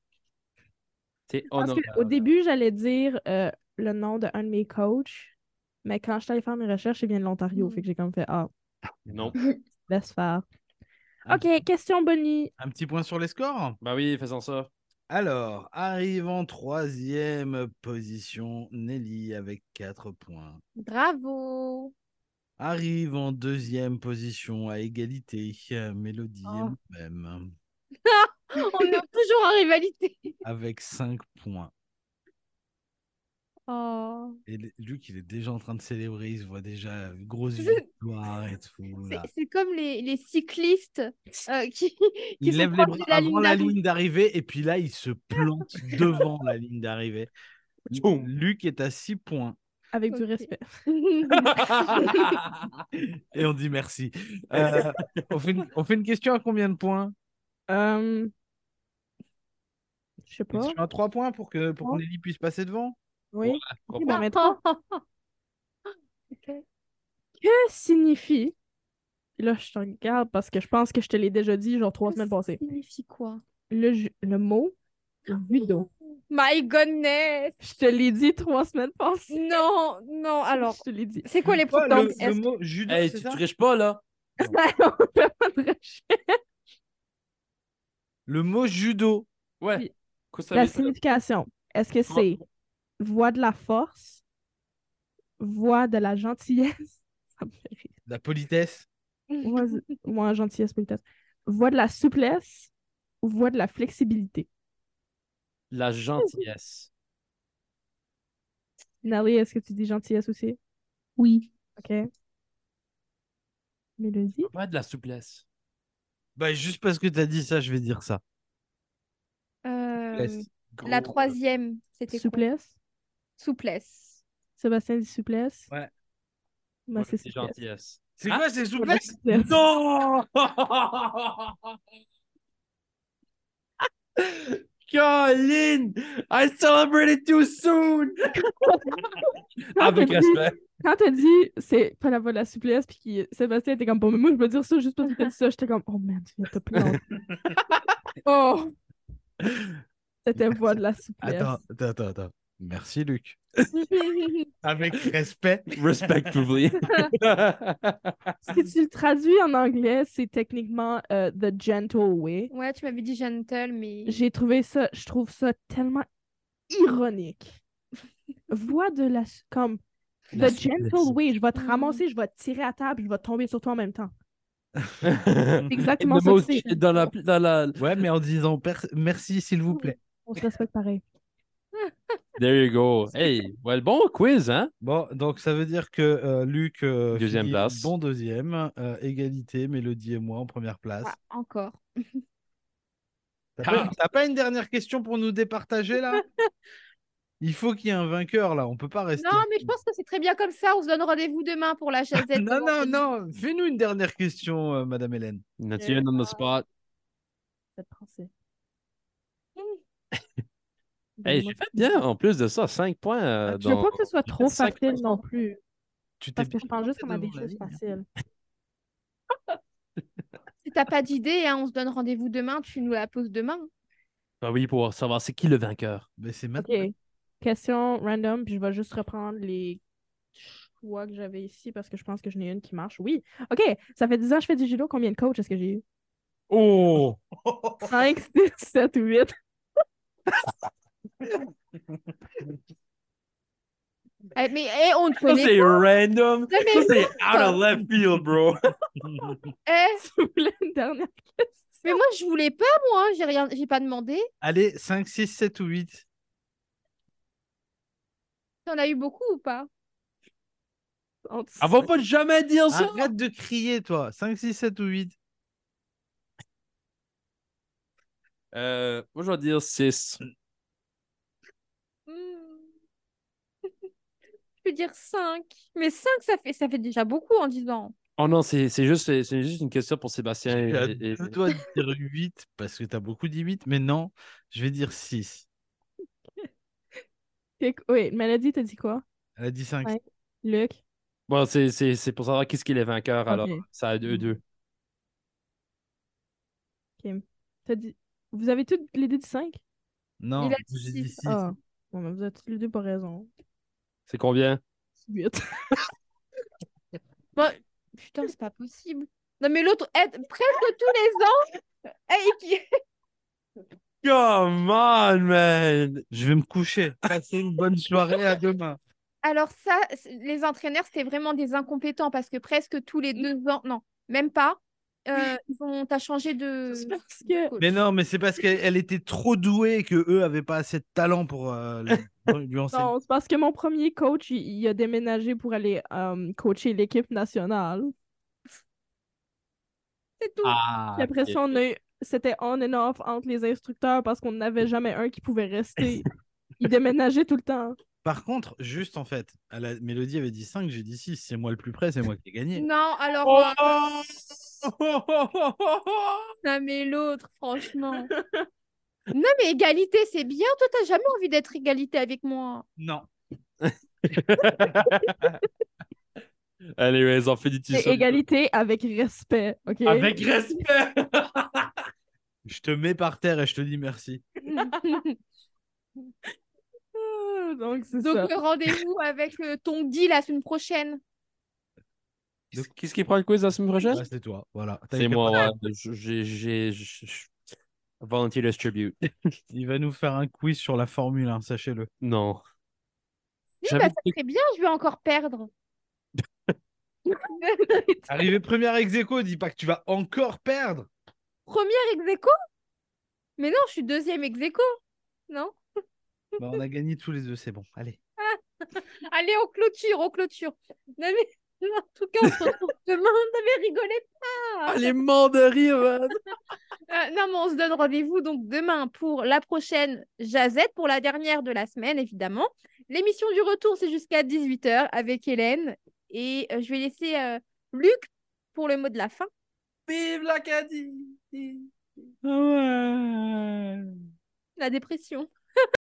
[SPEAKER 3] C'est
[SPEAKER 4] Je pense
[SPEAKER 3] honor-
[SPEAKER 4] que au début, j'allais dire euh, le nom d'un de mes coachs, mais quand je suis allée faire mes recherches, il vient de l'Ontario. Fait que j'ai comme fait Ah,
[SPEAKER 3] Non.
[SPEAKER 4] laisse faire.
[SPEAKER 2] Un
[SPEAKER 4] OK, question Bonnie.
[SPEAKER 2] Un petit point sur les scores.
[SPEAKER 3] Bah oui, faisons ça.
[SPEAKER 2] Alors, arrive en troisième position Nelly avec 4 points.
[SPEAKER 1] Bravo.
[SPEAKER 2] [laughs] Arrive en deuxième position à égalité euh, Mélodie
[SPEAKER 1] Oh.
[SPEAKER 2] et moi-même
[SPEAKER 1] On est toujours en rivalité.
[SPEAKER 2] avec 5 points.
[SPEAKER 1] Oh.
[SPEAKER 2] Et Lu- Luc, il est déjà en train de célébrer, il se voit déjà une grosse
[SPEAKER 1] C'est-
[SPEAKER 2] victoire et tout.
[SPEAKER 1] C'est
[SPEAKER 2] là.
[SPEAKER 1] c'est comme les, les cyclistes euh, qui, qui
[SPEAKER 2] Il
[SPEAKER 1] sont
[SPEAKER 2] lève les
[SPEAKER 1] proches
[SPEAKER 2] bras
[SPEAKER 1] de la
[SPEAKER 2] avant
[SPEAKER 1] ligne
[SPEAKER 2] la
[SPEAKER 1] d'arrivée.
[SPEAKER 2] ligne d'arrivée et puis là, il
[SPEAKER 1] [laughs]
[SPEAKER 2] se plante devant la ligne d'arrivée.
[SPEAKER 3] Boum.
[SPEAKER 2] Luc est à 6 points
[SPEAKER 4] Avec du
[SPEAKER 1] Ok.
[SPEAKER 4] respect.
[SPEAKER 1] [laughs]
[SPEAKER 2] [laughs] et on dit merci. Euh, on,
[SPEAKER 1] [laughs]
[SPEAKER 2] fait une, on fait une question à combien de points
[SPEAKER 4] Euh, Je sais
[SPEAKER 2] Une
[SPEAKER 4] pas.
[SPEAKER 2] question à 3 points pour que pour que Nelly puisse passer devant
[SPEAKER 4] Oui.
[SPEAKER 3] Trois
[SPEAKER 4] Ok, ben,
[SPEAKER 3] points.
[SPEAKER 4] mais trois. Que signifie. Là, je te regarde parce que je pense que je te l'ai déjà dit, genre trois semaines
[SPEAKER 1] Ça
[SPEAKER 4] passées.
[SPEAKER 1] signifie quoi
[SPEAKER 4] Le, ju- le mot judo.
[SPEAKER 1] My goodness
[SPEAKER 4] Je te l'ai dit trois semaines passées.
[SPEAKER 1] Non, non, alors,
[SPEAKER 4] Je te l'ai dit.
[SPEAKER 1] [laughs]
[SPEAKER 4] [laughs]
[SPEAKER 1] c'est quoi les
[SPEAKER 2] Quoi,
[SPEAKER 1] problèmes
[SPEAKER 2] le, le mot judo,
[SPEAKER 3] Hey,
[SPEAKER 2] c'est
[SPEAKER 3] Eh, tu
[SPEAKER 2] ça
[SPEAKER 3] triches pas, là?
[SPEAKER 4] On fait pas de recherche.
[SPEAKER 2] Le mot judo.
[SPEAKER 3] Ouais.
[SPEAKER 4] Oui.
[SPEAKER 3] Qu'est-ce que ça
[SPEAKER 4] La
[SPEAKER 3] veut dire?
[SPEAKER 4] signification, est-ce que
[SPEAKER 3] Comment-
[SPEAKER 4] c'est voix de la force, voix de la gentillesse, [laughs] Ça me fait rire.
[SPEAKER 2] La politesse.
[SPEAKER 4] voix, voix gentillesse, politesse, voix de la souplesse ou voix de la flexibilité?
[SPEAKER 3] La gentillesse.
[SPEAKER 4] Nelly, est-ce que tu dis gentillesse aussi?
[SPEAKER 5] Oui.
[SPEAKER 4] OK. Mélodie?
[SPEAKER 3] Ça peut être de la souplesse.
[SPEAKER 2] Bah, juste parce que tu as dit ça, je vais dire ça.
[SPEAKER 1] Euh,
[SPEAKER 2] Laisse.
[SPEAKER 1] La
[SPEAKER 3] Gros.
[SPEAKER 1] troisième, c'était quoi
[SPEAKER 4] Souplesse?
[SPEAKER 1] Souplesse.
[SPEAKER 4] Sébastien dit souplesse?
[SPEAKER 2] Ouais.
[SPEAKER 4] Moi,
[SPEAKER 3] Ouais,
[SPEAKER 4] c'est
[SPEAKER 3] c'est
[SPEAKER 4] souplesse.
[SPEAKER 3] gentillesse.
[SPEAKER 2] C'est
[SPEAKER 3] Ah,
[SPEAKER 2] quoi ces souplesses
[SPEAKER 3] [laughs]
[SPEAKER 4] Souplesse.
[SPEAKER 3] Non! Colin! I celebrated too
[SPEAKER 4] [laughs]
[SPEAKER 3] soon!
[SPEAKER 4] Quand
[SPEAKER 3] Avec
[SPEAKER 4] t'as dit-
[SPEAKER 3] respect.
[SPEAKER 4] Quand t'as dit c'est pas la voix de la souplesse, puis qu'il- Sébastien était comme, bon, mais moi, je peux dire ça juste parce que t'as dit ça, j'étais comme, oh man, tu viens de te planter.
[SPEAKER 1] Oh
[SPEAKER 4] C'était voix de la souplesse.
[SPEAKER 2] Attends, attends, attends, attends. Merci, Luc. Avec respect.
[SPEAKER 3] [laughs] Respectfully.
[SPEAKER 4] [laughs]
[SPEAKER 3] [laughs]
[SPEAKER 4] Si tu le traduis en anglais, c'est techniquement euh, The Gentle Way.
[SPEAKER 1] Ouais, tu m'avais dit gentle, mais...
[SPEAKER 4] J'ai trouvé ça, je trouve ça tellement ironique. Voix de la. sou- Comme
[SPEAKER 3] La
[SPEAKER 4] The Gentle
[SPEAKER 3] souplesse.
[SPEAKER 4] Way, je vais te
[SPEAKER 1] Mhm.
[SPEAKER 4] ramasser, je vais te tirer à table, je vais tomber sur toi en
[SPEAKER 3] [laughs]
[SPEAKER 4] même temps. C'est
[SPEAKER 3] In the
[SPEAKER 4] exactement ça que
[SPEAKER 3] most-
[SPEAKER 4] c'est.
[SPEAKER 3] dans la, dans la...
[SPEAKER 2] Ouais, mais en disant pers- merci, s'il vous plaît.
[SPEAKER 4] On se respecte pareil.
[SPEAKER 3] There you
[SPEAKER 4] [laughs]
[SPEAKER 3] go. Hey, well, bon quiz, hein?
[SPEAKER 2] Bon, donc ça veut dire que euh, Luc. euh,
[SPEAKER 3] Deuxième
[SPEAKER 2] finit
[SPEAKER 3] place.
[SPEAKER 2] Bon deuxième. euh, égalité, Mélodie et moi en première place.
[SPEAKER 1] Ah, encore.
[SPEAKER 2] T'as pas,
[SPEAKER 3] [laughs] Ah.
[SPEAKER 2] t'as pas une dernière question pour nous départager,
[SPEAKER 1] [laughs]
[SPEAKER 2] là Il faut qu'il y ait un vainqueur, là. On peut pas rester.
[SPEAKER 1] Non, mais je pense que c'est très bien comme ça. On se donne rendez-vous demain pour la chaise
[SPEAKER 2] [laughs] Non, non, non. Fais-nous une dernière question, euh, Madame Hélène.
[SPEAKER 3] Not you on the spot.
[SPEAKER 4] C'est français.
[SPEAKER 3] [laughs] Hey, j'ai fait bien en plus de ça, 5 points. euh,
[SPEAKER 4] Je veux
[SPEAKER 3] dans-
[SPEAKER 4] pas que ce soit
[SPEAKER 3] j'ai
[SPEAKER 4] trop
[SPEAKER 3] fait cinq
[SPEAKER 4] facile
[SPEAKER 3] points.
[SPEAKER 4] non plus,
[SPEAKER 2] Tu t'es
[SPEAKER 4] parce que je
[SPEAKER 2] bien
[SPEAKER 4] pense juste
[SPEAKER 2] planté
[SPEAKER 4] qu'on a des
[SPEAKER 2] devant la
[SPEAKER 4] choses
[SPEAKER 3] hein.
[SPEAKER 2] ligne.
[SPEAKER 4] faciles.
[SPEAKER 1] Si t'as pas d'idée, hein, on se donne rendez-vous demain. Tu nous la poses demain.
[SPEAKER 3] Bah oui, pour savoir c'est qui le vainqueur.
[SPEAKER 2] Mais c'est maintenant.
[SPEAKER 4] OK. Question random, puis je vais juste reprendre les choix que j'avais ici parce que je pense que je n'ai une qui marche. Oui. OK. Ça fait 10 ans que je fais du judo. Combien de coachs est-ce que j'ai eu?
[SPEAKER 3] Oh!
[SPEAKER 4] [laughs] 5, 6, 7 ou 8.
[SPEAKER 1] Eh, mais eh, on te
[SPEAKER 3] Ça,
[SPEAKER 1] connaît.
[SPEAKER 3] c'est random.
[SPEAKER 1] Non,
[SPEAKER 3] Ça,
[SPEAKER 1] mais-
[SPEAKER 3] c'est out of left field, [laughs] bro.
[SPEAKER 1] eh,
[SPEAKER 4] [laughs] Tu voulais une dernière question?
[SPEAKER 1] mais moi, je voulais pas, moi. J'ai rien... j'ai pas demandé.
[SPEAKER 2] Allez, 5, 6, 7 ou 8.
[SPEAKER 1] T'en as eu beaucoup ou pas
[SPEAKER 4] En dessous.
[SPEAKER 3] Ah On va pas jamais dire ça.
[SPEAKER 2] Arrête de crier, toi. 5, 6, 7 ou 8.
[SPEAKER 3] Euh, moi, je vais dire 6.
[SPEAKER 1] Hmm. [laughs] Je peux dire 5. Mais 5, ça fait, ça fait déjà beaucoup en 10 ans.
[SPEAKER 3] Oh non, c'est c'est juste, c'est c'est juste une question pour Sébastien. et-
[SPEAKER 2] Je
[SPEAKER 3] et- et- [laughs]
[SPEAKER 2] je dois dire 8 parce que t'as beaucoup dit 8, mais non, je vais dire 6.
[SPEAKER 4] Fait que- Oui, Mélodie, t'as dit quoi?
[SPEAKER 2] Elle a dit 5.
[SPEAKER 4] Ouais. Luc?
[SPEAKER 3] Bon, c'est- c'est c'est pour savoir qui est qui est les vainqueurs, alors.
[SPEAKER 4] Ok.
[SPEAKER 3] Ça a 2-2.
[SPEAKER 4] T'as dit... Vous avez toutes les deux dit 5?
[SPEAKER 2] Non,
[SPEAKER 1] Il a
[SPEAKER 2] j'ai
[SPEAKER 1] dit
[SPEAKER 2] dit
[SPEAKER 1] six. Oh.
[SPEAKER 2] 6.
[SPEAKER 4] Ah, bon, mais vous avez toutes les deux pas raison.
[SPEAKER 3] C'est combien? [laughs]
[SPEAKER 4] 8.
[SPEAKER 1] Putain, c'est pas possible. Non, mais l'autre, eh, presque tous les ans. [laughs] eh, et qui-
[SPEAKER 3] Come on, man!
[SPEAKER 2] Je vais me coucher. Passez une bonne soirée à demain.
[SPEAKER 1] Alors, ça, c- les entraîneurs, c'était vraiment des incompétents parce que presque tous les deux ans, non, même pas, [laughs] euh, ils ont, t'as changé de.
[SPEAKER 4] C'est parce que-
[SPEAKER 1] coach.
[SPEAKER 2] [laughs] Mais non, mais c'est parce qu'elle elle était trop douée et que eux avaient pas assez de talent pour euh, lui lui enseigner.
[SPEAKER 4] [laughs] Non, c'est parce que mon premier coach, il, il a déménagé pour aller euh, coacher l'équipe nationale.
[SPEAKER 1] C'est tout.
[SPEAKER 3] Ah,
[SPEAKER 4] Puis après ça, on a eu- c'était on and off entre les instructeurs parce qu'on n'avait jamais un qui pouvait rester. Ils déménageaient tout le temps.
[SPEAKER 2] Par contre, juste en fait, à la... Mélodie avait dit 5, j'ai dit 6. C'est moi le plus près, c'est moi qui ai gagné.
[SPEAKER 1] Non, alors,
[SPEAKER 3] Oh! [laughs]
[SPEAKER 1] l'un mais l'autre, [laughs] franchement. non, mais égalité, c'est bien. Toi, t'as jamais envie d'être égalité avec moi.
[SPEAKER 2] Non.
[SPEAKER 3] Anyways, on finit tout
[SPEAKER 4] C'est
[SPEAKER 3] ça.
[SPEAKER 4] égalité avec respect, OK?
[SPEAKER 3] Avec respect!
[SPEAKER 2] [laughs] Je te mets par terre et je te dis merci.
[SPEAKER 4] Ah, Donc, c'est
[SPEAKER 1] Donc,
[SPEAKER 4] ça.
[SPEAKER 1] euh, rendez-vous avec euh, ton deal la semaine prochaine.
[SPEAKER 3] Qu'est-ce- Qu'est-ce qui prend le quiz la semaine
[SPEAKER 4] Hein
[SPEAKER 3] prochaine?
[SPEAKER 2] Ah, c'est toi, voilà. T'as
[SPEAKER 3] C'est
[SPEAKER 2] été
[SPEAKER 3] moi,
[SPEAKER 2] pas-
[SPEAKER 3] ouais. Je- J'ai. j'ai- je- je- Volunteer's Tribute.
[SPEAKER 2] Il va nous faire un quiz sur la Formule 1,
[SPEAKER 4] [laughs]
[SPEAKER 2] sachez-le.
[SPEAKER 3] Non.
[SPEAKER 1] Si,
[SPEAKER 3] J'avais
[SPEAKER 1] bah, ça serait bien, je vais encore perdre.
[SPEAKER 2] Arrivé premier ex aequo, dis pas que tu vas encore perdre.
[SPEAKER 1] Première ex aequo Mais non, je suis deuxième ex aequo. Non
[SPEAKER 2] Bah, on a gagné tous les deux, c'est bon. Allez.
[SPEAKER 1] Allez, on clôture, on clôture. Non, mais... [laughs] En tout cas, on se retrouve [laughs] demain. Non, mais rigolez pas.
[SPEAKER 3] Allez, mort de rire, hein. man!
[SPEAKER 1] Euh, non, mais on se donne rendez-vous donc demain pour la prochaine Jazette, pour la dernière de la semaine, évidemment. L'émission du retour, c'est jusqu'à 18h avec Hélène. Et euh, je vais laisser euh, Luc pour le mot de la fin.
[SPEAKER 3] Vive l'Acadie!
[SPEAKER 4] Ah
[SPEAKER 2] Ouais.
[SPEAKER 1] La dépression.